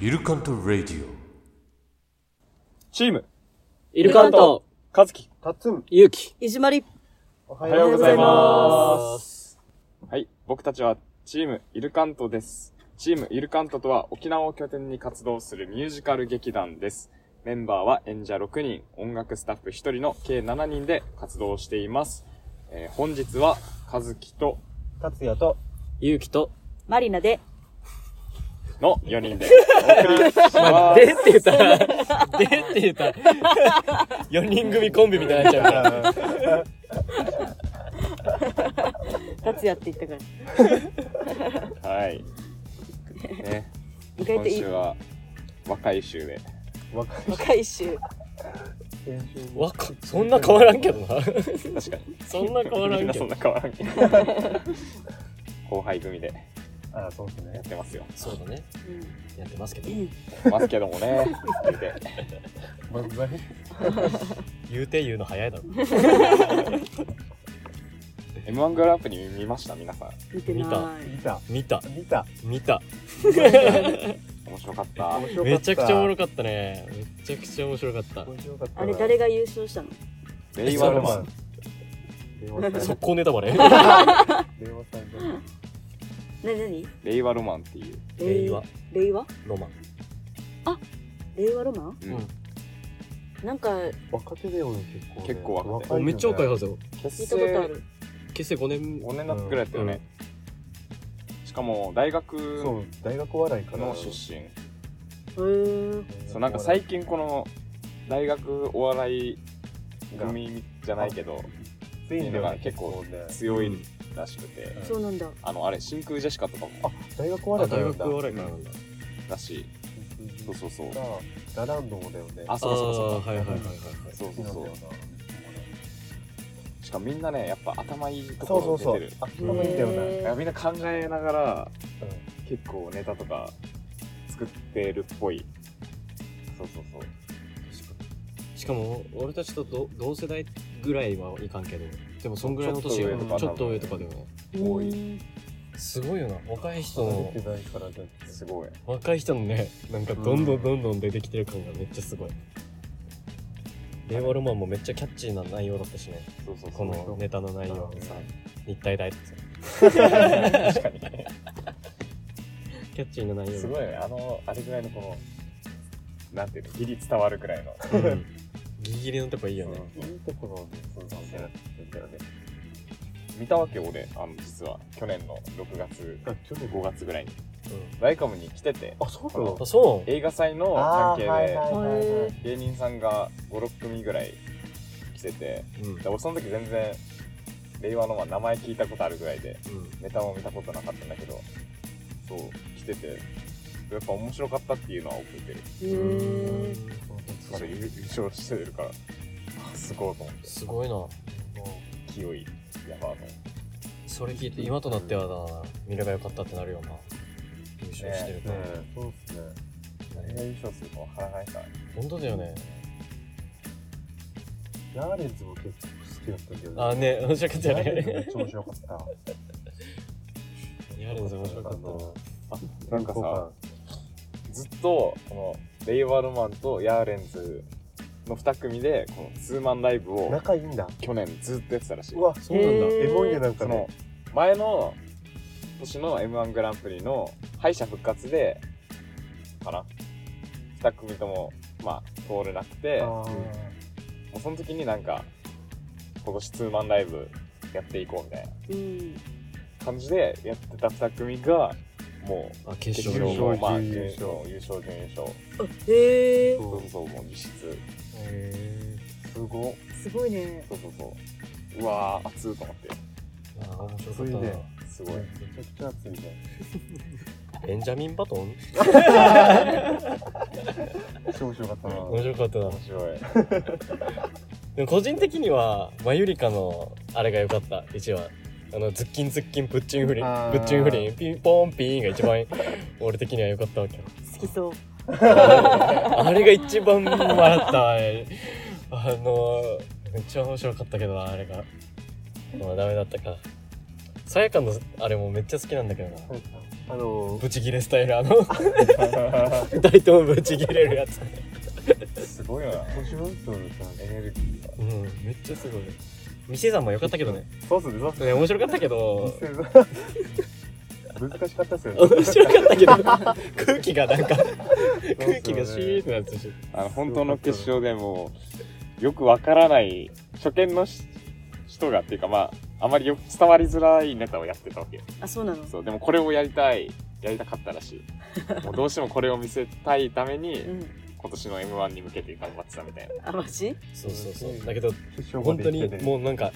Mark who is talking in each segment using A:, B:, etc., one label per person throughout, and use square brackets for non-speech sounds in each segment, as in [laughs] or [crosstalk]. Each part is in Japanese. A: イルカント・ラディオ
B: チーム、
C: イルカント、
B: カズキ、
D: タッツン、
C: 勇気。。
E: いじまり。
D: お
B: お
D: は
B: はようございますす。はい、僕たちはチームイルカントです。チームイルカントとは沖縄を拠点に活動するミュージカル劇団です。メンバーは演者6人、音楽スタッフ1人の計7人で活動しています。えー本日は、カズキと
D: タツヤと、
C: 勇気と、
E: マリナで。
B: の4人でお送りしま
C: でって言ったら、でって言ったら、4人組コンビみたいになっちゃうから。
E: 達也って言ったから。
B: す。はい。ね、
E: 意外
B: 今
E: といい
B: 週は若い週で。
D: 若い
E: 若い衆。
D: 編集
C: わか、そんな変わらんけどな。
B: 確かに。
C: そんな変わら
B: みん
C: ん
B: な
C: け
B: そ
C: ど
B: ん。な変わらんけど後輩組で
D: あ、そうです
B: や
D: ね
B: っ。てますよ
C: そうだね。やってますけど。
B: ますけどもね言うて
D: バンザイ。
C: 言うて言うの早いだろ。
B: m 1グランプリ見ました皆さん
E: 見て
C: 見た
E: ない
D: 見。た。
C: 見た、
D: 見た。
C: 見た。
B: 面白かった
D: 面白かった。
C: めちゃくちゃおもろかったね。めちゃくちゃ面白かった。
D: 面白かった。
E: あれ誰が優勝したの
B: 令和ロマン
D: ン。令和さん。
C: 速攻ネタバレ
D: 令和さん。
E: なになに
B: 令和ロマンっていう、
C: 令和。
E: 令和
C: ロマン。
E: 令和ロマ
B: うん
C: うん
E: ンなんか
D: 若手だよね、結構ね。
B: 結構若手
C: あめっちゃ若いは
D: ず。
C: ずよ。
B: 結
E: 見たことあ
B: 成
E: る。
C: 結成5年。
B: 5年だったぐらいだったよね、しかも大学
D: そう、大学笑いから。
B: の出身
E: うーん。
B: そうなんか最近この大学お笑い組じゃないけど
D: 近
B: っていうのが結構
D: ね。
B: 強いらしくて、
D: うん
E: そうなんだ。
B: あのあれ真空ジェシカとかも
D: 大学
C: あ
D: 笑いか
C: 大
D: ら。
C: 学お笑いからなんだ。
B: だしそうそうそう
D: ラランドもだよね。
B: あ
C: あ
B: そうそうそう
C: ーはいはいはいはいはい。
B: そうそう
D: そ
B: う
D: なん
B: そ
D: だ
B: う
D: よな。
B: しかもみんなねやっぱ頭いいと
D: そうそ
B: ころ
D: うそ
B: 出
D: う
B: てる。
D: あ、そこもいいんだよね。
B: なんかみんな考えながら
D: うん
B: 結構ネタとか作ってるっぽいそうそうそう
C: しかも俺たちとど同世代ぐらいはいかんけどでもそんぐらいの年よ
D: ちょっと上と
C: ち
D: か
C: ょっと上とかだよね
B: 多い
E: い。うん
C: すごいよな若い人
D: そう
C: の
D: 出てないからだって。
B: すごい
C: 若い人のねなんかどんどんどんどん出てきてる感がめっちゃすごい令和ロマンもめっちゃキャッチーな内容だったしね
B: そうそうそ
C: こ
B: う
C: のネタの内容さ日体大とかさキャッチーな内容
B: すごいねあのあれぐらいのこのなんていうのギリ伝わるくらいの
C: [laughs] うんギリギリのとこいいよね
D: いいところで、そうそうそう。
B: 見たわけ俺あの実は去年の6月
D: あ、ちょっと
B: 5月ぐらいに
C: うん
B: ライカムに来てて
D: あ、そうなの
C: あそう
B: 映画祭の関係で
E: はいはいはい
B: 芸人さんが56組ぐらい来てて
C: うん
B: で俺その時全然令和のまあ名前聞いたことあるぐらいで
C: うん
B: ネタも見たことなかったんだけどそう来ててやっぱ面白かったっていうのは覚えてる
E: へー
B: まだ優優勝してるからあすごいと思って
C: すごいな
B: 勢いやばいと思って
C: それ聞いて今となってはだな見ればよかったってなるよな優勝してると、
B: ね
D: そうっすね。
B: 誰が優勝するかわからないから
C: 本当だよね
D: ヤーレンズも結構好きだったけど。
C: あ、ね面白かったよ
D: ヤーレンズめ
C: ね
D: っちゃ面白かった。
C: やるの面白かったな
B: なんかさずっとこのレイワルマンとヤーレンズの2組でこのツーマンライブを
D: 仲いいんだ。
B: 去年ずっとやってたらしいう
D: わ、
C: そうなんだ
E: へー
D: エモいね、なんか
B: そ
D: ね
B: の。前の年の m 1グランプリの敗者復活でかな2組ともまあ通れなくても
D: あー
B: うその時になんか今年ツーマンライブやっていこうみたいな
E: うん。
B: 感じでやってた2組がもう
C: あ決
B: 決
C: 勝
B: 勝
C: の
B: もまあ
D: 準
B: 優
D: 優
B: 勝
D: 勝
B: 優勝準優勝
E: あ、へえ。
B: そうそうもう実質
D: へ
B: すごっ
E: すごいね。
B: そうそうそううわー熱いと思って
C: あ面白かった
D: それ
C: な
D: ですー
B: ごい
D: めちゃくちゃ熱いね。
C: ベンジャミン・バトン
D: 超面白かったな。
C: 面白かったな
B: 面白い
C: でも個人的にはマユリカのあれが良かった一話あのズッキンズッキンプッチンフリン
D: あー
C: プッチンフリンピンポンピーンが一番俺的には良かったわけ
E: 好きそう。
C: あれが一番笑ったわあれあのめっちゃ面白かったけどなあれがまあダメだったかさやかのあれもめっちゃ好きなんだけどな
D: そうかあの
C: ブチギレスタイルあの二人ともブチギレるやつ
B: すごいな。
D: 面白い人のさエネルギーが
C: うんめっちゃすごい店さんも良かったけどね
D: そうっすねそうっすね
C: ね面白かったけど
D: 難しかったっすよね
C: 面白かったけど空気がなんか空気がシーってなってし
B: あの本当の決勝でもよくわからない初見のし人がっていうかまああまりよく伝わりづらいネタをやってたわけよ
E: あ、そうなの。
B: そうでもこれをやりたいやりたかったらしいもうどうしてもこれを見せたいため
E: う
B: に
E: ん。
B: 今年の m 1に向けて頑張ってたみたいな
E: あ、マジ
C: そうそうそうだけど
D: 決勝ま
C: 本
D: で
C: 当
D: 行
C: に
D: ってて
C: もうなんか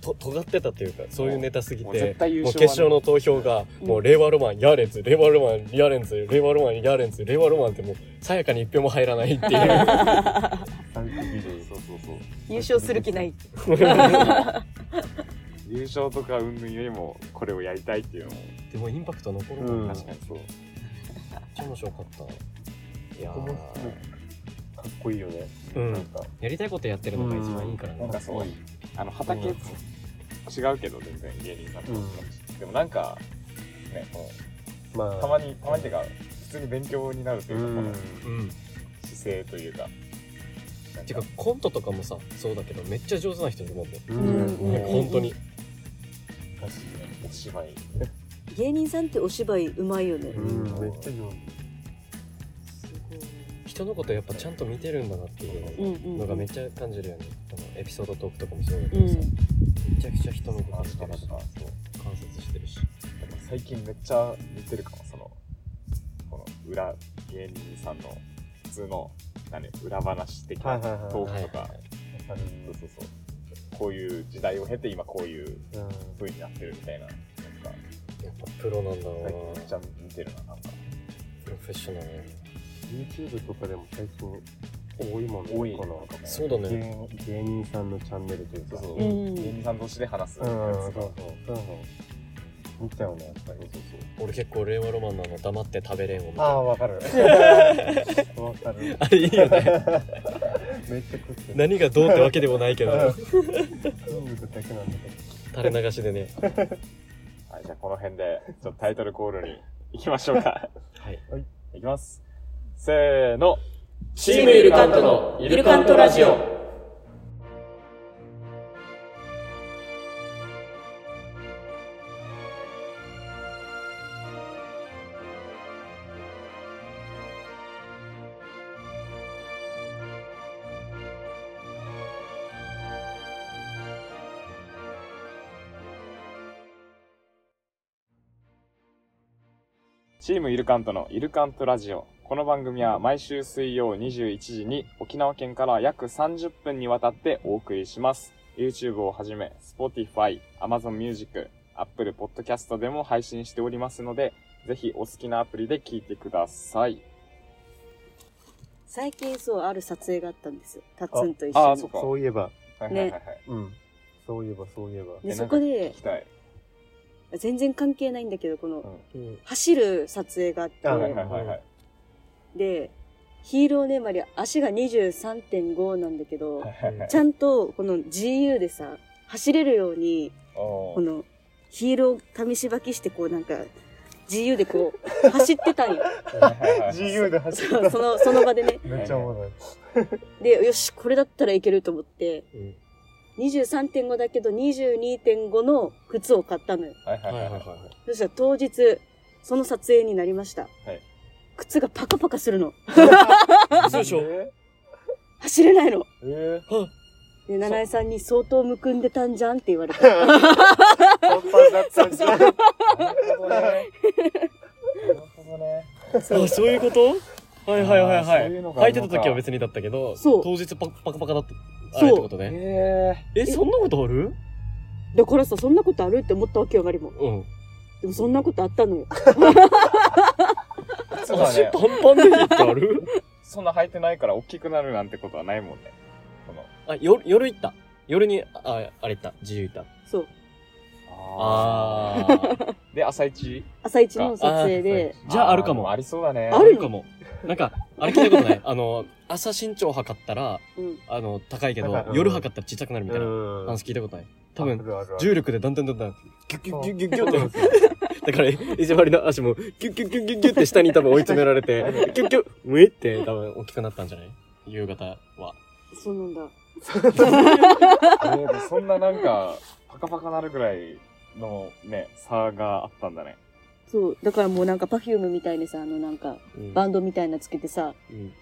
C: と尖ってたというかそういうネタすぎ
B: もう絶
C: て
B: 対優
C: もう
B: 勝は
C: 決
B: ね
C: 勝の投票が
E: うん
C: もう令和ロマンヤーレンズ令和ロマンヤーレンズ令和ロマンヤーレンズ令和ロマンってもうさやかに一票も入らないっていう
D: 三組で
B: そうそうそう
E: 優勝する気ない。
C: [laughs]
B: 優勝とか云々よりもこれをやりたいっていうのも
C: でもインパクト残る
D: う
C: も
D: ん
C: ん
B: 確かにそう、
C: めっちゃ面白かったいや
D: ここも
C: ー
D: かっこいいよね
C: うん
D: なんか
C: やりたいことやってるのが一番いいから
D: な
C: ね
D: んかすごい
B: あの畑、
C: うん
B: 違うけど全然芸人さんとかもでもなんかねも
D: まあ
B: うたまにたまにっていうか普通に勉強になると
D: う
B: いうか、こ
D: ん
B: の
C: うん
B: 姿勢というかなん
C: てかコントとかもさそうだけどめっちゃ上手な人いるもんね
E: うん
C: いや本当に
B: 難しいねお芝居
E: 芸人さんってお芝居うまいよね。
D: うんめっちゃ
E: す
D: 上手
C: 人のことやっぱちゃんと見てるんだなってい
E: ごい。うん
C: う
E: うん。
C: のがめっ
E: ち
C: ちゃ感じるよねこのエピソードトークとかもそうだけ
E: う
C: どさ
E: ん。
C: めちゃくちゃ人のこと見て
B: と
C: る
B: か
C: し
B: そう
C: 観察してるし
B: でも最近めっちゃ似てるかもそのこの裏芸人さんの普通の何裏話的
D: は
B: ない
D: はいはい
B: トークとか、
C: はいはい
D: わかる
B: そうそうそうこういう時代を経て今こういう
D: うん
B: 風になってるみたいななんか
C: やっぱプロなんだろうな
B: 最近めっちゃ似てるななんか
C: プロフェッショナルやな
D: YouTube とかでも最近多いもんね
B: 多い
D: こ
B: な
D: の
B: んかも
C: そうだね
D: 芸芸人さんのチャンネルという
B: そ
D: か
B: うそう、
E: うん
B: 芸人さん同士で話すや
D: う
B: つが
D: んそうそうそう見ちゃうねやっぱり
C: 俺結構令和ロマンなの黙って食べれんを見
D: あ
C: た
D: あわかるわかる
C: あれいいよね
D: めっちゃ食ってる
C: 何がどうってわけでもないけど
D: 筋肉だけなんだけど
C: 垂れ流しでね
B: はい、じゃあこの辺で、ちょっとタイトルコールに行きましょうか。
C: はい
B: いきます。せーの。
E: チームイルカントのイルカントラジオ。
B: チームイルカントのイルカントラジオ。この番組は毎週水曜21時に沖縄県から約30分にわたってお送りします。YouTube をはじめ、Spotify、Amazon Music、Apple Podcast でも配信しておりますので、ぜひお好きなアプリで聞いてください。
E: 最近そう、ある撮影があったんですよ。タッツンと一
B: あ
E: 緒
B: あそ
E: に
B: う。か
D: そういえば
B: はい
E: ね
B: はいはいはい。
D: うんそういえばそういえば
E: で、
B: え
E: そこ
B: 聞
E: で
B: き、たい。
E: 全然関係ないんだけど、この、
C: うん
E: 走る撮影があって、
D: あ
B: はいはいはいはい。
E: で、ヒーローねまり足が23.5なんだけど、
B: はいはい
E: ちゃんとこの GU でさ、走れるように、
B: お
E: こ
B: ー
E: のヒーロー試し履きしてこうなんか、GU でこ
B: [laughs]
E: う、走ってたんよ。
B: はいはいはい
D: 自由で走
E: そうその、その場でね。
D: るめっちゃおもろい
E: で、よし、これだったらいけると思って、
C: うん
E: 23.5だけど22.5の靴を買ったのよ。
B: はいは
C: はいい
B: は
C: はいい
B: は
C: はいい。
B: はい
C: は
E: そしたら当日、その撮影になりました。
B: はい
E: 靴がパカパカするの。
C: い嘘でしょ
D: え
E: 走れないの。
D: え
C: は
E: で、七重さんに相当むくんでたんじゃんって言われた。
D: パンパンだったんじゃ
B: な
D: ん
B: るほどね。なるほどね。
C: あそういうことはいはいはいは
B: あーそう
C: い
B: いうのがあ
C: 履い
B: る
C: て
B: の
C: た
B: か
C: 時は別にだったけど
E: そう
C: 当日パクパクパカだったあ
E: そう
C: れってことね
B: え
C: えそんなことある
E: だからさ、そんなことあるって思ったわけよ、マリも。
C: うん
E: でもそんなことあったのよ。
B: えー。靴が
C: 足
B: ね
C: パ、ンパンで日ってあ [laughs] る
B: そんな履いてないから大きくなるなんてことはないもんね。この。
C: あ夜夜行った夜にああれ行った自由行った
E: そう。
C: あー
B: ーで、朝一
E: 朝一の撮影で、
C: じゃああるかも
B: ありそうだね。
E: あ
C: あ
E: る
C: るかもなんかあれ聞いたことないあの朝身長測ったら
E: うん。
C: あの高いけど
D: 高いうん
C: 夜測ったら小さくなるみたいな
D: うん
C: 話聞いたことない多分
D: あるあるある
C: 重力でだんだんだんだんギュッギュッギュッギュッギュッって
D: そう
C: [laughs] だから、石張りの足も、キュッキュッキュッキュッキュッって下に多分追い詰められ
D: [laughs]
C: て、キュッキュッ、ウィって多分大きくなったんじゃない夕方は。
E: そうなんだ。
B: もうそんななんか、パカパカなるぐらいのね、差があったんだね。
E: そう。だからもうなんか Perfume みたいにさ、あのなんか、
C: うん
E: バンドみたいなつけてさ、
C: うん。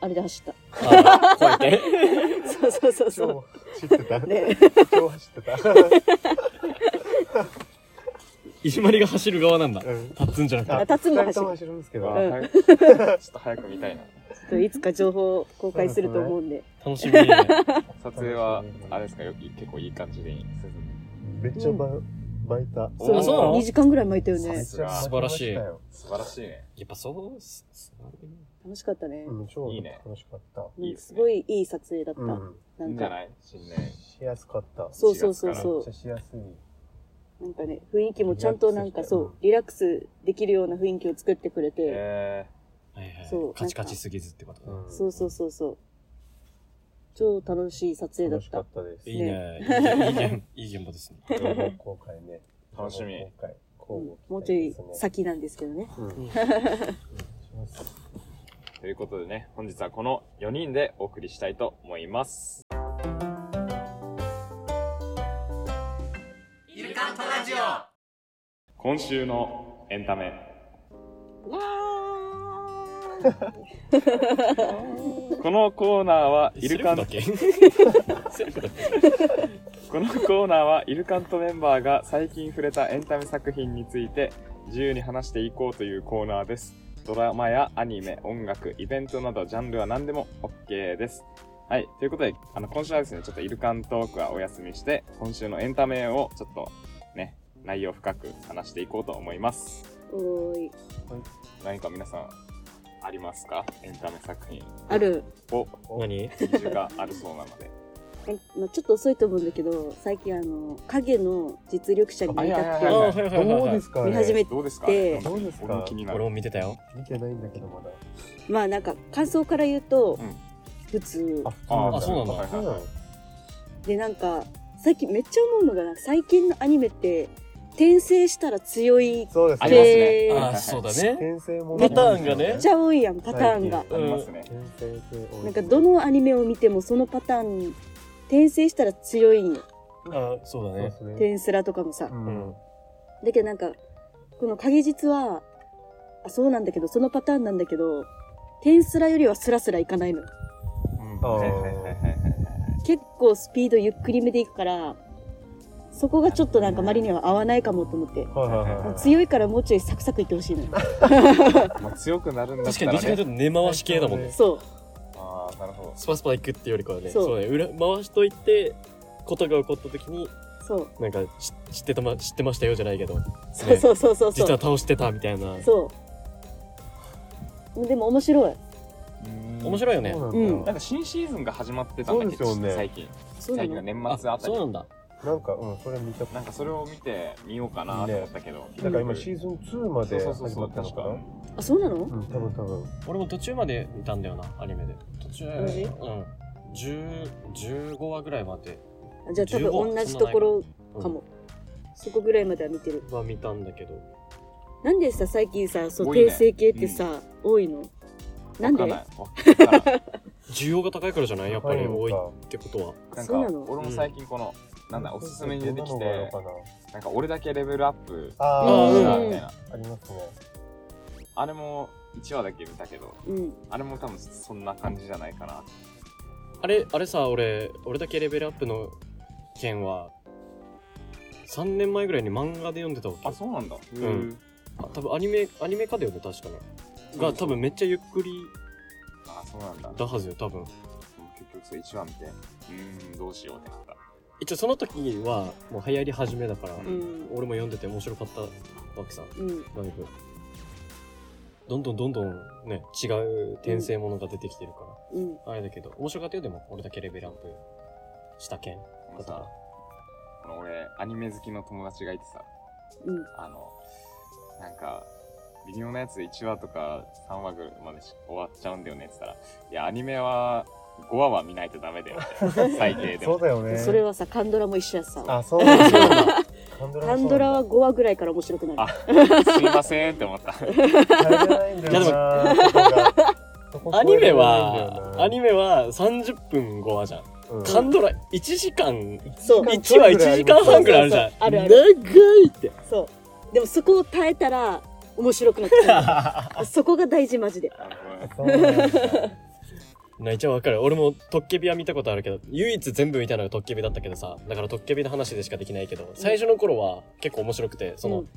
E: あれで走った。
C: ああ、こうや [laughs] って。
E: そうそうそうそ
D: 超走ってた
E: う。。ね。
D: 超走ってた。
C: 石張りが走る側なんだ。
D: うん。
C: 立つんじゃなくて。
E: [laughs] あ立つの
D: 二
E: 走
D: 人と
E: る
D: も走るんですけ
B: わ
D: ど。
B: あ
E: うん
B: はい、ちょっと早く見たいな。
E: ちょっといつか情報公開すると思うんで。
C: 楽しみ
D: [laughs]
C: ね。
B: 撮影は、あれですか、よ結構いい感じで進ん
D: めっちゃば巻いた。
B: そう
C: あそうなの
E: 2時間ぐらい巻いたよ
B: そうで
E: ね
B: す。
C: 素晴らしい
D: めっちゃ巻きまたよ
B: 素晴らしいね。
C: やっぱそうっす、す
E: 楽しかったね。
D: うん、超
B: いいね
D: 楽しかった。
B: いい
E: うん
B: です
E: す
B: ね
E: ごいいい撮影だった。
D: う。
E: なん
B: いいん
E: ん
B: じゃ
E: か、
B: ない新年。
D: しやすかった。
E: そうそうそう
D: めっ
E: そ
D: ちゃしやすい。
E: う。なんかね、雰囲気もちゃんとなんかそう、リラックスできるような雰囲気を作ってくれて、
B: え
C: はいはい
E: そう
C: カチカチすぎずってことね、
D: うん
E: そうそうそうそう。超楽しい撮影だ
D: 楽
E: っ
D: しか
E: た
D: っ。たです。
C: いいね。いいねいい現場ですね。
D: 情報公開ね。
B: 楽しみ
D: 情報
E: うん
D: 公開。
E: もうちょい
D: 先。
E: 先なんですけどね。
D: うん。
C: ん
D: お願いします
B: ー、ということでね、本日はこの4人でお送りしたいと思います。イルカントラジオ今週のエンタメ。 [laughs] このコーナーはイルカン
C: セレ
D: [laughs]
C: ブだっけセレブだっけ
B: このコーナーはイルカントメンバーが最近触れたエンタメ作品について自由に話していこうというコーナーです。ドラマやアニメ、音楽、イベントなどジャンルは何でも OK です。はい。ということで、あの、今週はですね、ちょっとイルカントークはお休みして、今週のエンタメをちょっとね、内容深く話していこうと思います。
E: おーい。
B: 何か皆さん、ありますかエンタメ作品
E: ある。
B: を、
C: 何
B: 比重があるそうなので。
E: えまあ、ちょっと遅いと思うんだけど、最近あの、影の実力者になりたく
B: あいやいやいや
E: て、
C: はい
D: どうですか
E: 見始め
B: どうですか
E: で
B: どうですか俺も気にな
C: 俺
B: る
C: も。見てたよ。
D: 見てないんだけど、まだ。
E: まあなんか感想から言う
B: う
E: と
B: ん、
E: 普通。
C: あそうなんだ
B: はいはいはい
E: でなんか最近めっちゃ思うのがなんか最近のアニメって転生したら強い
D: そうです
B: ありますね
E: え。ー
B: はいはい
C: あ
B: はい
C: ー、そうだ
D: [laughs]
C: ね。
D: 転生も
E: パタ
C: ーンがね
E: めっちゃ多いやんパターンが
D: 最
B: ありますね。
D: 近転生系多い
E: なんかどのアニメを見てもそのパターンに転生したら強いんよ
C: あーそう
D: そ
C: だ
D: うで
C: ね。
D: すね。
E: 転スラとかもさ
D: うん。
E: だけどなんかこの影実はあそうなんだけどそのパターンなんだけど転スラよりはスラスラいかないの
B: うん
D: あー
B: はいはいはいはいはい
E: 結構スピードゆっくりめでいくからそこがちょっとなんかマリには合わないかもと思って
D: はいはいはいはい。
E: 強いからもうちょいサクサクいってほしいのよ
B: まあ、強くなるんだっ
C: 確
B: た
C: かに、
B: ら、ね、
C: どっちかというと根回し系だもんね。
E: そう
B: ああなるほど
C: スパスパ行くっていうよりかはね、
E: そう
C: そうね、裏回しといて、ことが起こった時に、
E: そう
C: なんか知知ってたま、知ってましたよじゃないけど、
E: そうそうそうそうそ
C: 実
E: う
C: は倒してたみたいな。
E: そう。でも面白い。
C: 面白いよね。
D: そううんん
B: な
D: だ
B: んか新シーズンが始まってたんだけど、
D: そうですよね
B: 最近
E: そうな
B: 最近が
E: の。
B: 年末あ
C: あ、
B: たり
C: そうなんだ。
D: なんか、うん、それ見た。
B: なんかそれを見てみようかなと思ったけど、
D: だから今シーズン2まで
B: そうそうそう
D: 始
B: そ
D: ま
B: う
D: ったの
B: 確
D: か
B: か
D: な。
E: あ、そうなの
D: うん、多分多分。
C: 俺も途中まで見たんだよな、アニメで。途中、
E: マジ
C: うん。10 15話ぐらいまで
E: あじゃあ多
C: 15
E: 分同じところかも。そこぐらいまでは見てる。
C: は見たんだけど、
E: なんでさ、最近さ、そう、
B: 多いね
E: 訂正系ってさ、多いのなんで
B: わかんないわかんない
C: 需要が高いからじゃないやっぱり多いってことは。
E: あ、
B: なん
E: そうな
B: か
E: の
B: 俺も最近この、なんだおすすめに出てき
D: どんなの
B: て
D: があるのか
B: なんか俺だけレベルアップ
D: なあ
E: う
D: あ、
E: ん
B: し
E: うん
B: た
E: うん
B: みたいな
D: ありますね。
B: あれも1話だけ見たけど
E: うん。
B: あれも多分そんな感じじゃないかな
C: あれ、あれさ、俺、俺だけレベルアップの件は、3年前ぐらいに漫画で読んでたわけ。
B: あそうなんだうん
C: あ多分アニメ、アニメ化だよね、確かね。が、多分めっちゃゆっくり
B: あそうなんだ
C: だはずよ、多分。
B: 結局そう1話見てうーんどうしようってなった
C: 一応その時は、もう流行り始めだから、
B: うん
E: うん。
C: 俺も読んでて面白かったわけさ、
E: うん。
C: だいぶ。どんどんどんどんね、違う転生ものが出てきてるから。
E: うん。
C: あれだけど、面白かったよ、でも、俺だけレベルアップした件
B: こ
C: だ
B: の
C: ったら
B: さ。この俺アニメ好きの友達がいてさ
E: うん。
B: あのなんか微妙なやつ1話とか3話ぐらいまでし終わっちゃうんだよねって言ったら「いやアニメは5話は見ないとダメだよ」みたいな最低で
D: そう
B: も
D: だよね。
E: それはさ、カンドラも一緒やさ。 [laughs]
D: あ、そうなんだ。カンドラ
E: カンドラは
D: は
E: 5話ぐらいから面白くなる。
B: すいませんって思った。
D: そうなんだやれないんだよなそこがそこ超
C: ア
D: えら
C: ニメ
D: れないんだよ
C: は
D: な
C: アニメは30分5話じゃん
D: うん
C: カンドラ1時間
E: そう
D: 一
C: 1話1時間半くらいあるじゃん
E: そうそうそうあるあ
C: 長いって
E: そう。でもそこを耐えたら面白くなってくるあそこが大事マジで。
D: そうなんだ
C: な一応わかる俺もトッケビは見たことあるけど唯一全部見たのがトッケビだったけどさだからトッケビの話でしかできないけど最初の頃は結構面白くてその、
E: うん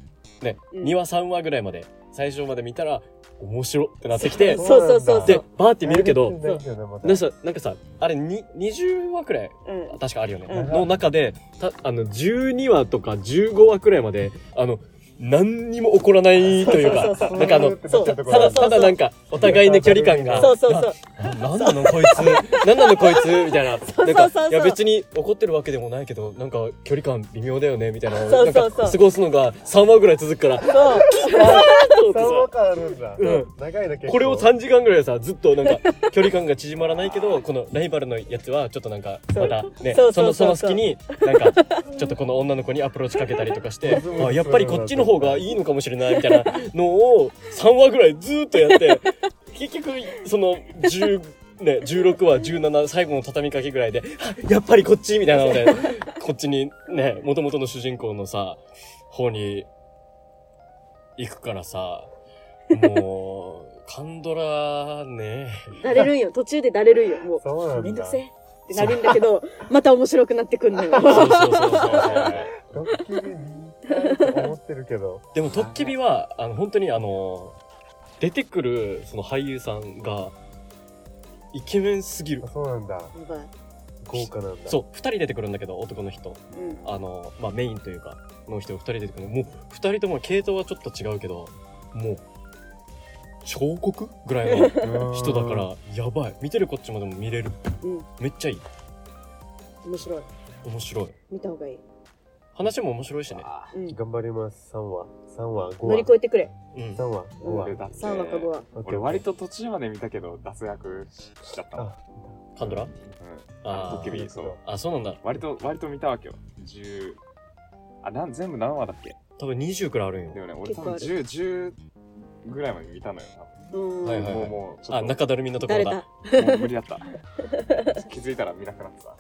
C: ね、
E: うん
C: 2話3話ぐらいまで最初まで見たら面白ってなってきて
E: そうそうそうそ
C: で
E: う。
C: バーって見るけど
D: 大事だよなまた
C: なんかさなんかさあれに20話くらい [laughs]
E: うん。
C: 確かあるよね、
E: うん
C: の中でたあの12話とか15話くらいまであの何にも起こらないという
E: そ
C: か
E: うそうそう
C: なんかあの
E: そう
C: ただただなんかお互いの距離感が
E: そうそうそう。
C: ななんなのこいつなんなのこいつみたいな
E: そうそ
C: な
E: う
C: ん
E: そうそ
C: か
E: う
C: いや別に怒ってるわけでもないけどなんか距離感微妙だよねみたいな
E: そうそうそう
C: なんか過ごすのが3話ぐらい続くから
E: そう。
D: そう感あるんだ
C: うん
D: 長いだけ
C: これを3時間ぐらいさずっとなんか距離感が縮まらないけどこのライバルのやつはちょっとなんか
E: そう
C: またね
E: そ
C: そ
E: うそう
C: のそ
E: そう
C: の
E: そう
C: 隙になんかちょっとこの女の子にアプローチかけたりとかしてあやっぱりこっちの方がいいのかもしれないみたいなのを3話ぐらいずっとやって結局その10ね、16話17最後の畳みかけぐらいであやっぱりこっちみたいなのでこっちにねもともとの主人公のさ方に行くからさもうカンドラね
E: だれるんよ。途中でだれるんよ。も
D: そうな
E: う。め
D: ん
E: んど
D: だ
E: くせえってなるんだけど、また面白くなってくんのよ。
C: そうそうそうそう
D: ドッキリ見たいと思ってるけど
C: でもトッケビはあの本当にあの出てくるその俳優さんがイケメンすぎる
D: あそうなんだ
E: やばい
D: 豪華なんだ
C: そう2人出てくるんだけど男の人
E: うん
C: あの、まあ、メインというかの人が2人出てくるもう2人とも系統はちょっと違うけどもう彫刻ぐらい
B: [laughs]
C: の
D: うん
C: 人だからやばい見てるこっちまでも見れる、
E: うん
C: めっちゃいい
E: 面白い。
C: 面白い
E: 見た方がいい。
C: 話も面白いしね
E: うん。
D: 頑張ります3話3話5
E: 乗り
D: 話
E: 越えてくれ。
C: うん
D: 3話5話
B: 俺だって
E: 3話か5話。
B: 俺割と途中まで見たけど脱落しちゃったもん。うん
D: あ
C: カンドラ
B: あの
C: あ
B: トッケ
C: ー
B: ビそう。
C: あそうなんだ
B: 割と、割と見たわけよ。10、あ、なん全部何話だっけ
C: 多分20くらいあるん
B: で
C: よ
B: もね、俺
E: 結
B: 多
E: 構
B: 分
E: ある
B: 10、10ぐらいまで見たのよ。
E: うん。
C: はい
B: 多
C: はい
B: 分もう、もう、ちょ
C: あ
B: っ
C: 中だるみのとこ
E: だ
C: ろ
E: れ
C: だ
E: た。
B: と、もう無理だった。 [laughs] 気づいたら見なくなってた。
E: うん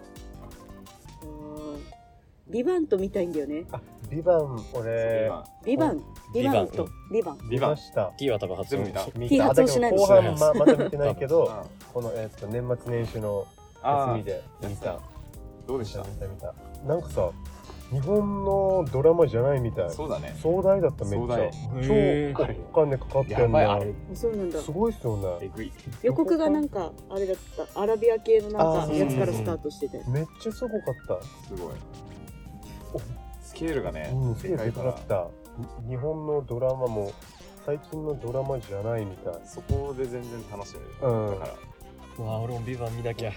E: ビバント見たいんだよね。
D: あビバン俺
B: 今
E: ビバン。ビバンと。ビバン。
B: ビ
D: 見
B: バ
D: ま
B: ン。
D: した
C: T は多分初
B: 全部見た。
D: 見
E: T
D: たあ
E: 発
D: だ
E: 音
D: け
E: し
D: ど
E: ない
D: 後半ままだ見てない
B: [laughs]
D: け
B: う
D: ど
B: ん
D: このえっと年末年始の
B: あ
D: 休
B: あ
D: み、で見た
B: どうで
D: 見
B: したた
D: 見た見たなんかさ日本のドラマじゃないみたい
B: そうだね。
D: 壮大だっためっ
B: 壮
D: ちゃ
B: 大
D: 超
C: へー
D: お金かかって
B: や
D: ん
B: ばい、あれ
D: な、
E: そうなんだ
D: す。ごいっすよ
B: え
D: ね
B: ぐい。
E: 予告がなんか、あれだった。アラビア系のなんか、やつからスタートしてて。
D: めっちゃすごかった
B: すごい。スケールがね
D: うん、すげ
B: で
D: え
B: か
D: で
B: い
D: か
B: か
D: からっ、た日本のドラマも最近のドラマじゃないみたい
B: そこで全然楽しめる。
D: うん
B: だから、や
C: うわ俺もビバン見なき [laughs] ゃ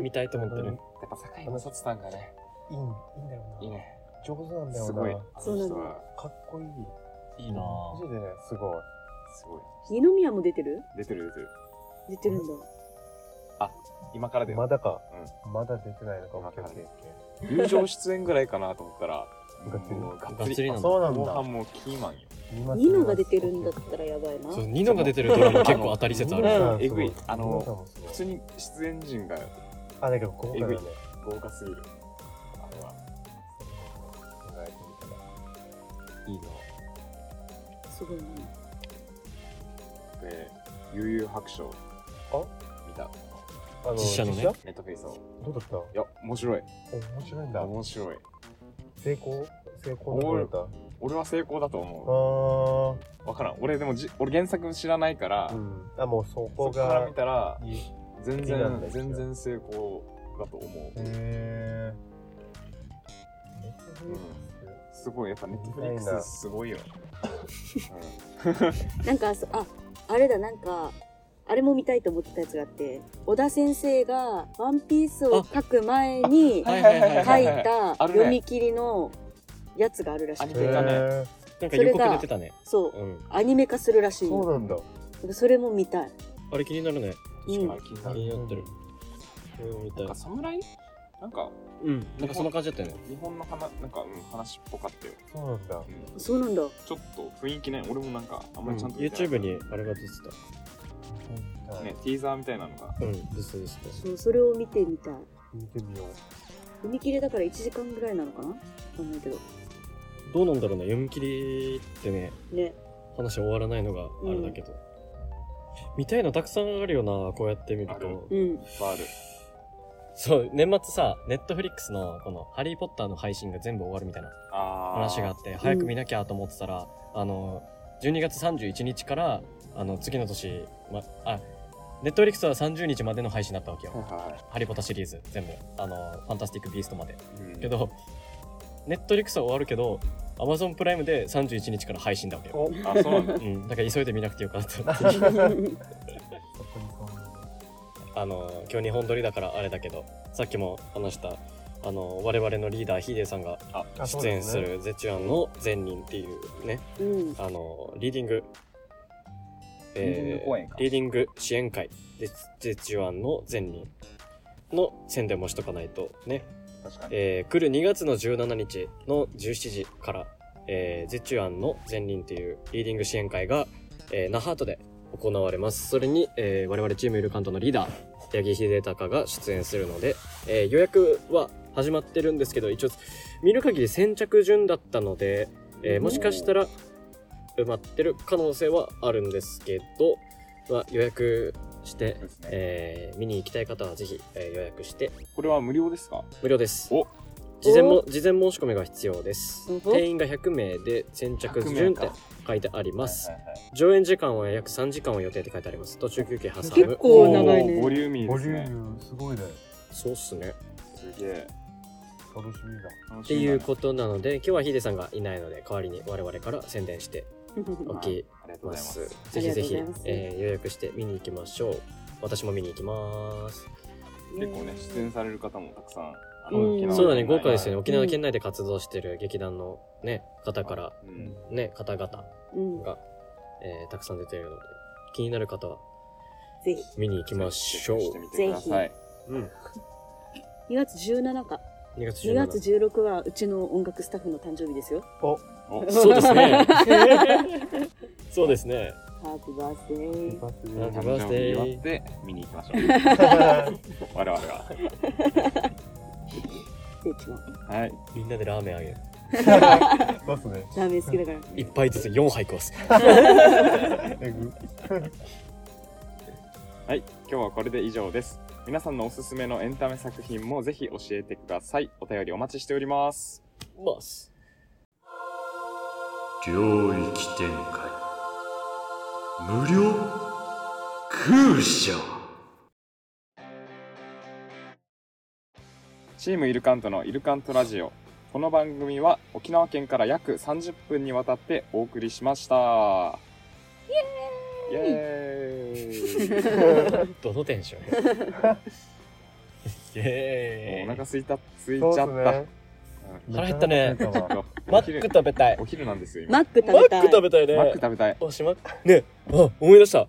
C: 見たいと思ってる
B: っぱ堺正人さんがね、
D: いいいいんだよない
B: いね。
D: 上手なんだよな
B: すごい。
E: そうなんだ
B: あの人は
D: かっこいい
C: いいな
D: マジ
C: ぁ
D: でねすごい
B: すごい。
E: 二宮も出てる
B: 出てる出てる。
E: 出てるんだ。
B: 今からだよ
D: ま。だか、まだ出てないのか、オッケーオッケーオッケ
B: 友情出演ぐらいかなと思ったら、
D: がっつり
B: もうがっ
C: がっつり
D: ー。
C: な
D: あ、
C: ん
D: そうなん
B: 後
D: だ
B: 半もうキーマンよ。。
D: 見ます
E: ニノが出てるんだったらやばいな。
C: そうニノが出てるドラマ結構当たり説あ
E: う
C: る
E: ん
B: えぐいあの、
D: 見ます見
B: 普
D: ます
B: 通に出演陣が
D: あ、だけど、ここからね
B: えぐ。豪華すぎる。あれは。
C: いいな
E: すごいな。
B: で、悠々白書。見た。
D: あの
C: 実写のね
B: ネットフェイスを。
D: どうだった
B: いや、面白い。
D: お面白いんだ。
B: 面白い。
D: 成功成功どこだった
B: 俺は成功だと思
D: あ
B: う。わからん。俺でもじ、俺原作知らないから、
D: ー、うん。あ、もうそ
B: そ
D: こ
B: こから
D: が
B: 見。たら、
D: いい
B: 全
D: いいなん
B: 然、
D: だ一応
B: 全然成功だと思う。
D: へー
B: すごい、やっぱネットフリ
D: みた
B: ッ
D: いな
B: クスすごい
C: [laughs]
B: よ。
E: なんか、そあ、あれだ、なんか、あれも見たいと思ってたやつがあって、小田先生がワンピースを書く前に
B: あ
C: はいはいはい
E: 書
C: はいいなんか
E: た
B: あるね
E: 読み切りのやつがあるらし
B: ア
E: く
B: ニメ
D: へ
E: て、
B: 化ね。
D: ー
C: 予告出てたね
E: そう、
C: うん
E: アニメ化するらしい
D: そう
E: よ。
D: なんだ。
E: それも見たい。
C: あれ気になるね
E: うん
B: 確かに気になる。
C: 気になってるこれを見た
B: ないんか侍なんか、
C: うんなんかそんな感じだったよね
B: 日本の話、なんか、うん、話っぽかったよ。
D: そうなんだ。
B: うん
E: そうなんだ。
B: ちょっと雰囲気ね、俺もなんか、あん
C: う
B: ま
C: ん
B: りちゃんと見てな
C: YouTube
B: い、
C: にあれが出て
D: はい
B: ね、ティーザーみたいなのが。
C: たうん出てた出てた
E: そう、それを見てみたい。
D: 見てみよう。
E: 踏切だから1時間ぐらいなのかなわかんないけど。
C: どうなんだろうな読み切りってね
E: ね。
C: 話終わらないのがあれだけど、見たいのたくさんあるよなこうやって見る
B: ある
C: と
B: [laughs]
E: うん。
B: バール。
C: そう年末さネットフリックスのこの「ハリー・ポッター」の配信が全部終わるみたいな
B: あー
C: 話があって早く見なきゃと思ってたら、あの12月31日からあの次の年、ま、あネットフリックスは30日までの配信だったわけよ
B: はいは
C: 「ハリー・ポッター」シリーズ全部あの「ファンタスティック・ビースト」まで
B: い。うん
C: け、どネットフリックスは終わるけど Amazon プライムで31日から配信だわけよ、
D: お、そ
B: あ、そうなんだ。
C: うん、だから急いで見なくてよかった
D: [laughs]
C: って
D: こにこう
C: あの今日日本撮りだからあれだけどさっきも話したあの我々のリーダーヒデさんが
D: あそう
C: 出
D: で
C: 演
D: ね
C: する「ゼチュアンの善人」っていうね
E: うん。
C: あのリーディング、
B: リーディング講演か
C: リーディング支援会で「ゼチュアンの善人」の宣伝もしとかないとね、
B: 確かに。
C: えー来る2月の17日の17時から「えーゼチュアンの善人」っていうリーディング支援会が、えー那覇ハートで行われますそれに、えー我々チームイルカントのリーダー八木秀隆が出演するので、えー予約は始まってるんですけど一応見る限り先着順だったので、えーもしかしたら埋まってる可能性はあるんですけど、まあ、予約して
B: そう、ですね
C: えー見に行きたい方はぜひ、えー予約して
B: これは無料ですか
C: 無料です
B: お
C: 事前も事前申し込みが必要です
E: おほ
C: 定員が100名で先着順って
B: 100名か
C: 書いてあります
B: はいはいはい
C: 上演時間は約3時間を予定って書いてあります途中休憩挟む
E: 結構長い
B: おー
E: ね
B: ボ。リューミー
D: ボ
B: です
D: リュ
B: ね。
D: ームすごいね。
C: そうっすね
B: すげえ。
D: 楽しみだ。
B: っ
C: っていうことなので今日はヒデさんがいないので代わりに我々から宣伝しておき
B: ありがとうござい
C: ま
B: ますす。
C: ぜひぜひ
E: ありがとうございます、
C: えー予約して見に行きましょう私も見に行きます
B: 結構ね、出演される方もたくさん。あ
E: うん
B: 沖縄の
C: そうだね豪華ですよね
B: は
C: 沖縄県内で活動してる劇団のね方から
B: いうん
C: ね方々
E: うん。
C: が、えーたくさん出ているので気になる方は
E: ぜひ。
C: 見に行きましょう
B: チェックてみてください。
C: うん
E: 2月17か。
C: 2月
E: 2
C: 17
E: 月16はうちの音楽スタッフの誕生日ですよ。
D: お、
B: お
C: そうですね [laughs] そうですね
E: ハッピーバースデ
D: 見
E: ー。
D: ますね
C: なんか
B: 誕生日祝って見に行きましょう。我々が。
E: せいちゃん。
B: はい。
C: みんなでラーメンあげる
D: ますね。
E: ラーメン好きだから。
C: 一杯ずつ4杯食わす
D: えぐ。
B: はい、今日はこれで以上です。皆さんのおすすめのエンタメ作品もぜひ教えてください。お便りお待ちしております。
C: ます
A: 領域展開無料空車
B: チームイルカントのイルカントラジオ。この番組は沖縄県から約30分にわたってお送りしました。イエーイ
C: どのテン [laughs] ションイエ
B: もうお
C: ー
B: 腹すいた、ついち
D: そ
B: ゃ
D: う
B: っ。
D: ったすね。
C: 腹減ったね
D: めちゃめちゃ食えたわ
C: イマック食べたい
B: お昼なんですよ、今。
E: マック食
C: マ
E: べ
C: ッ
E: たい。
C: ク食べたいね
B: マック食べたい。
C: おしまねあ思い出した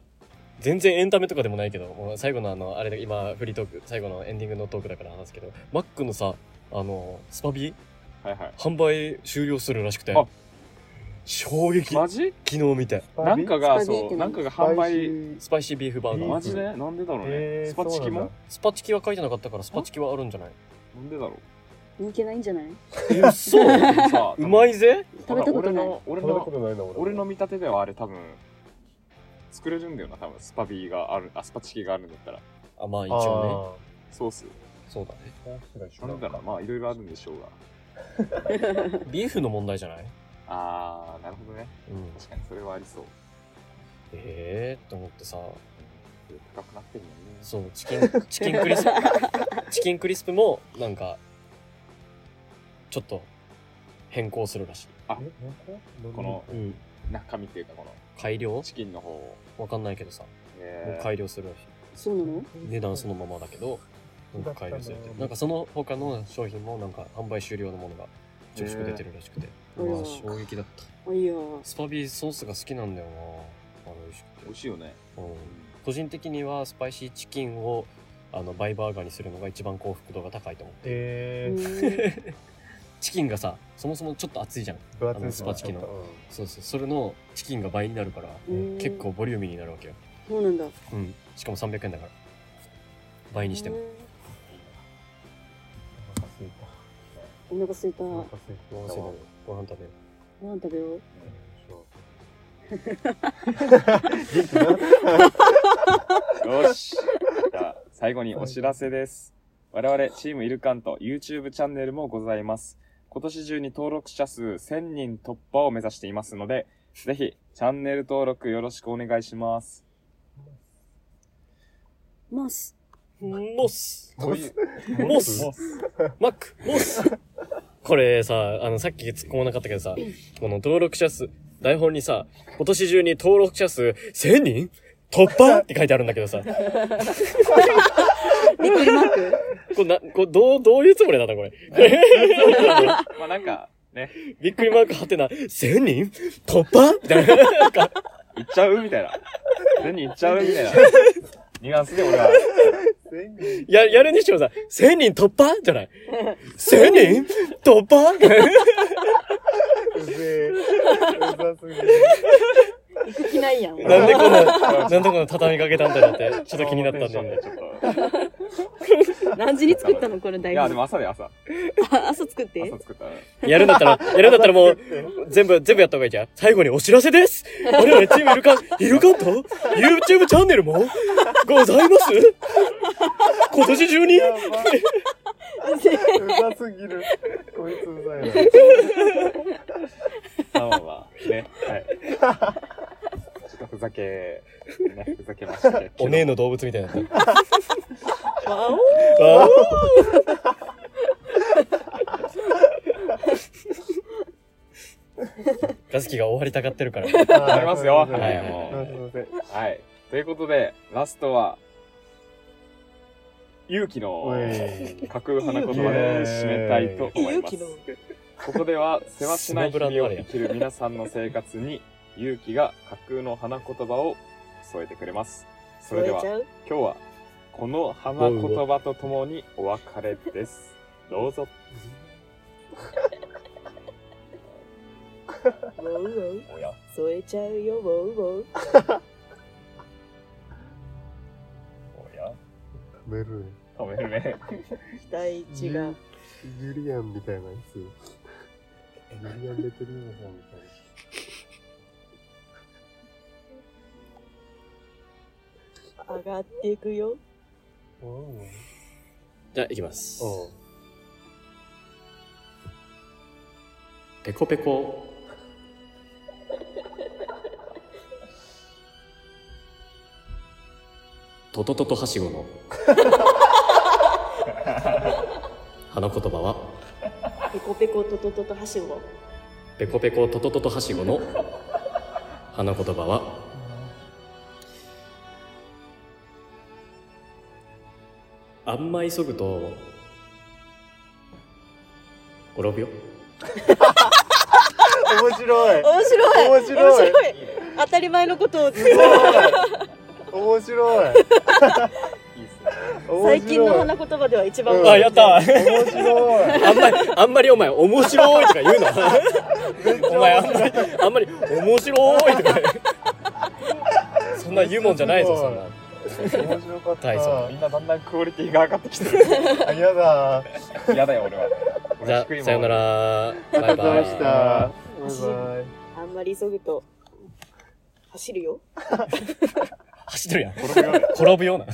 C: 全然エンタメとかでもないけどもう最後のあのあれで今フリートーク最後のエンディングのトークだから話すけどマックのさあのスパビ
B: はいはい。
C: 販売終了するらしくて
B: あ
C: 衝撃
B: マ
C: 昨
B: ジ
C: 日見て
B: なんかが、
E: スパゲティ
B: そう、なんかが
D: スパ
B: 販
D: イシ
B: 売、
D: ー
C: スパイシービーフバーガ
D: いい
C: ー
B: マジでなんでだろうね。
D: えー
B: スパチキも
C: スパチキは書いてなかったからスパチキはあるんじゃない
B: なんでだろう。
E: 人気ないんじゃない
C: え嘘
B: さあ
C: [laughs] うまいぜ
E: 食べたことない。
B: 俺
D: 食べた
B: の
D: ことないな俺
B: 俺の見立てではあれ多分作れるんだよな多分スパビーがあるあスパチキがあるんだったら
C: あまあ一
D: あ
C: 応ね
D: ー
B: ソース
C: そうだね
D: そうすら一緒
B: なんだろうまあいろいろあるんでしょうが
C: ビーフの問題じゃない
B: あーなるほどね
C: うん
B: 確かにそれはありそう
C: ええー、と思ってさ
B: 高くなってるよね
C: そうチ [laughs] キンチキンクリスプチキンクリスプもなんかちょっと変更するらしい、
D: え本当
B: この
C: うん、
B: 中身っていうかこの
C: 改良
B: チキンの方を
C: わかんないけどさ、も
B: え
C: う
B: ー
C: 改良するらし
E: [laughs] そうなの
C: い値段そのままだけどなんか改良するってなんかその他の商品もなんか販売終了のものがちょくちょく出てるらしくて、
E: えー
C: まあ衝撃だった
E: あいいよ。
C: スパビーソースが好きなんだよなあれ美味しく
B: 美味
C: て、
B: しいよね
C: うん個人的にはスパイシーチキンをあの倍バーガーにするのが一番幸福度が高いと思う
D: えー、
E: う
C: チキンがさそもそもちょっと熱いじゃん
D: 分厚い
C: あのスパチキのそうそうそれのチキンが倍になるから
E: ん
C: 結構ボリューミーになるわけよ、
E: そうなんだ
C: うん、しかも300円だから倍にしても
D: お腹すいた。
E: お腹すいた
D: お
E: ご
D: 腹すいた
C: ご
D: わ。
C: 飯食べようご飯食べよ
E: 飯食べよう
D: 元気な
B: よし。じゃあ、最後にお知らせです。我々、チームイルカント YouTube チャンネルもございます。今年中に登録者数1000人突破を目指していますので、ぜひ、チャンネル登録よろしくお願いします。
E: マス
C: うモス
D: モス
C: モスマックモスこれさ、あの、さっき突っ込まなかったけどさ、この登録者数、台本にさ、今年中に登録者数1000人突破って書いてあるんだけどさ、こ
E: びっくりマーク
C: れな、これどう、どういうつもりだったこれ。 [laughs]
B: まあなんか、ね、
C: びっくりマークはてな、1000人突破みたいな。
B: 行っちゃうみたいな。1000人行っちゃうみたいな。ニュアンスで俺は、
C: や、やるにしてもさ、1000人突破じゃない ?1000 人突破
D: うぜえ。うざすぎる。
E: 行く気ないやん
C: なんでこの、なんでこの畳みかけたんだろうって、ちょっと気になったんだよね。
B: ちょっと。
E: 何時に作ったのこの
B: い
E: 台
B: や、で
E: 本
B: も朝で朝。
E: あ朝作って
B: 朝作った。
C: やるんだったら、やるんだったらもう、全部、全部やった方がいいじゃん。最後にお知らせです我々チームイルカ、イルカンと ?YouTube チャンネルもございます今年中に
D: やばい。うざすぎる。こいつうざい
B: ま
D: な。
B: あまあまあ、ね、 [laughs] はい。ちょっとふざけ、ね、ふざけましたけど。
C: お姉の動物みたいになった。
E: わお
C: あーガスキが終わりたがってるから。
B: ありますよ。はい、
D: すい
B: も
D: ません。
B: う。はい。ということで、ラストは、勇気の
D: おい。
B: 架空花言葉で締めたいと思い
E: 勇
B: ま
E: 気
B: す
E: の。
B: ここでは、世話しない日
C: スマブ
B: 々
C: ラの
B: を
C: あれや
B: 生きる皆さんの生活に、勇気が架空の花言葉を添えてくれます。それでは、
E: 添えちゃう
B: 今日は、この花言葉とともにお別れです。どうぞ。
E: わうわう
B: おや
E: 添えちゃうよわうわう
B: おや
D: メルね
B: 止めるね。
E: 期待値が
D: ユリアンみたいなやつ。ユリアン・レトリーバーさんみたいな。
E: 上がっていくよ
D: おう
C: じゃあ、いきます。
D: おう。
C: ペコペコ。トトトトはしごの。花言葉は、
E: ペコペコトトトトはしご
C: ペコペコトトトトはしごの。花言葉は、あんま急ぐと、滅ぶよ。
D: 面白い
E: 面白い
D: 面白い
E: 面白い当たり前のことを
D: 面白い
B: いいっすね。
E: 最近の花
D: 面
E: 言葉では一番
D: うんあや
C: った
D: 白い
C: あんまり、あんまりお前、面白いとか言うな。お前あんまり、あんまり面白いとか。そんな言うもんじゃないぞ、そんな。
D: 面白かっ
C: 大
D: た
C: 層
B: みんなだんだんクオリティが上がってきてる。
D: あやだ
B: やだよ、俺は。
C: じ
B: 俺
C: ゃ
B: 低いも
C: あ、
B: ん
C: さよなら。バイバ
D: あり
C: イ
D: ま。したバイバイ
E: あんまり急ぐと走るよ
C: 走ってるやん。
B: これぐらい
C: 転ぶような。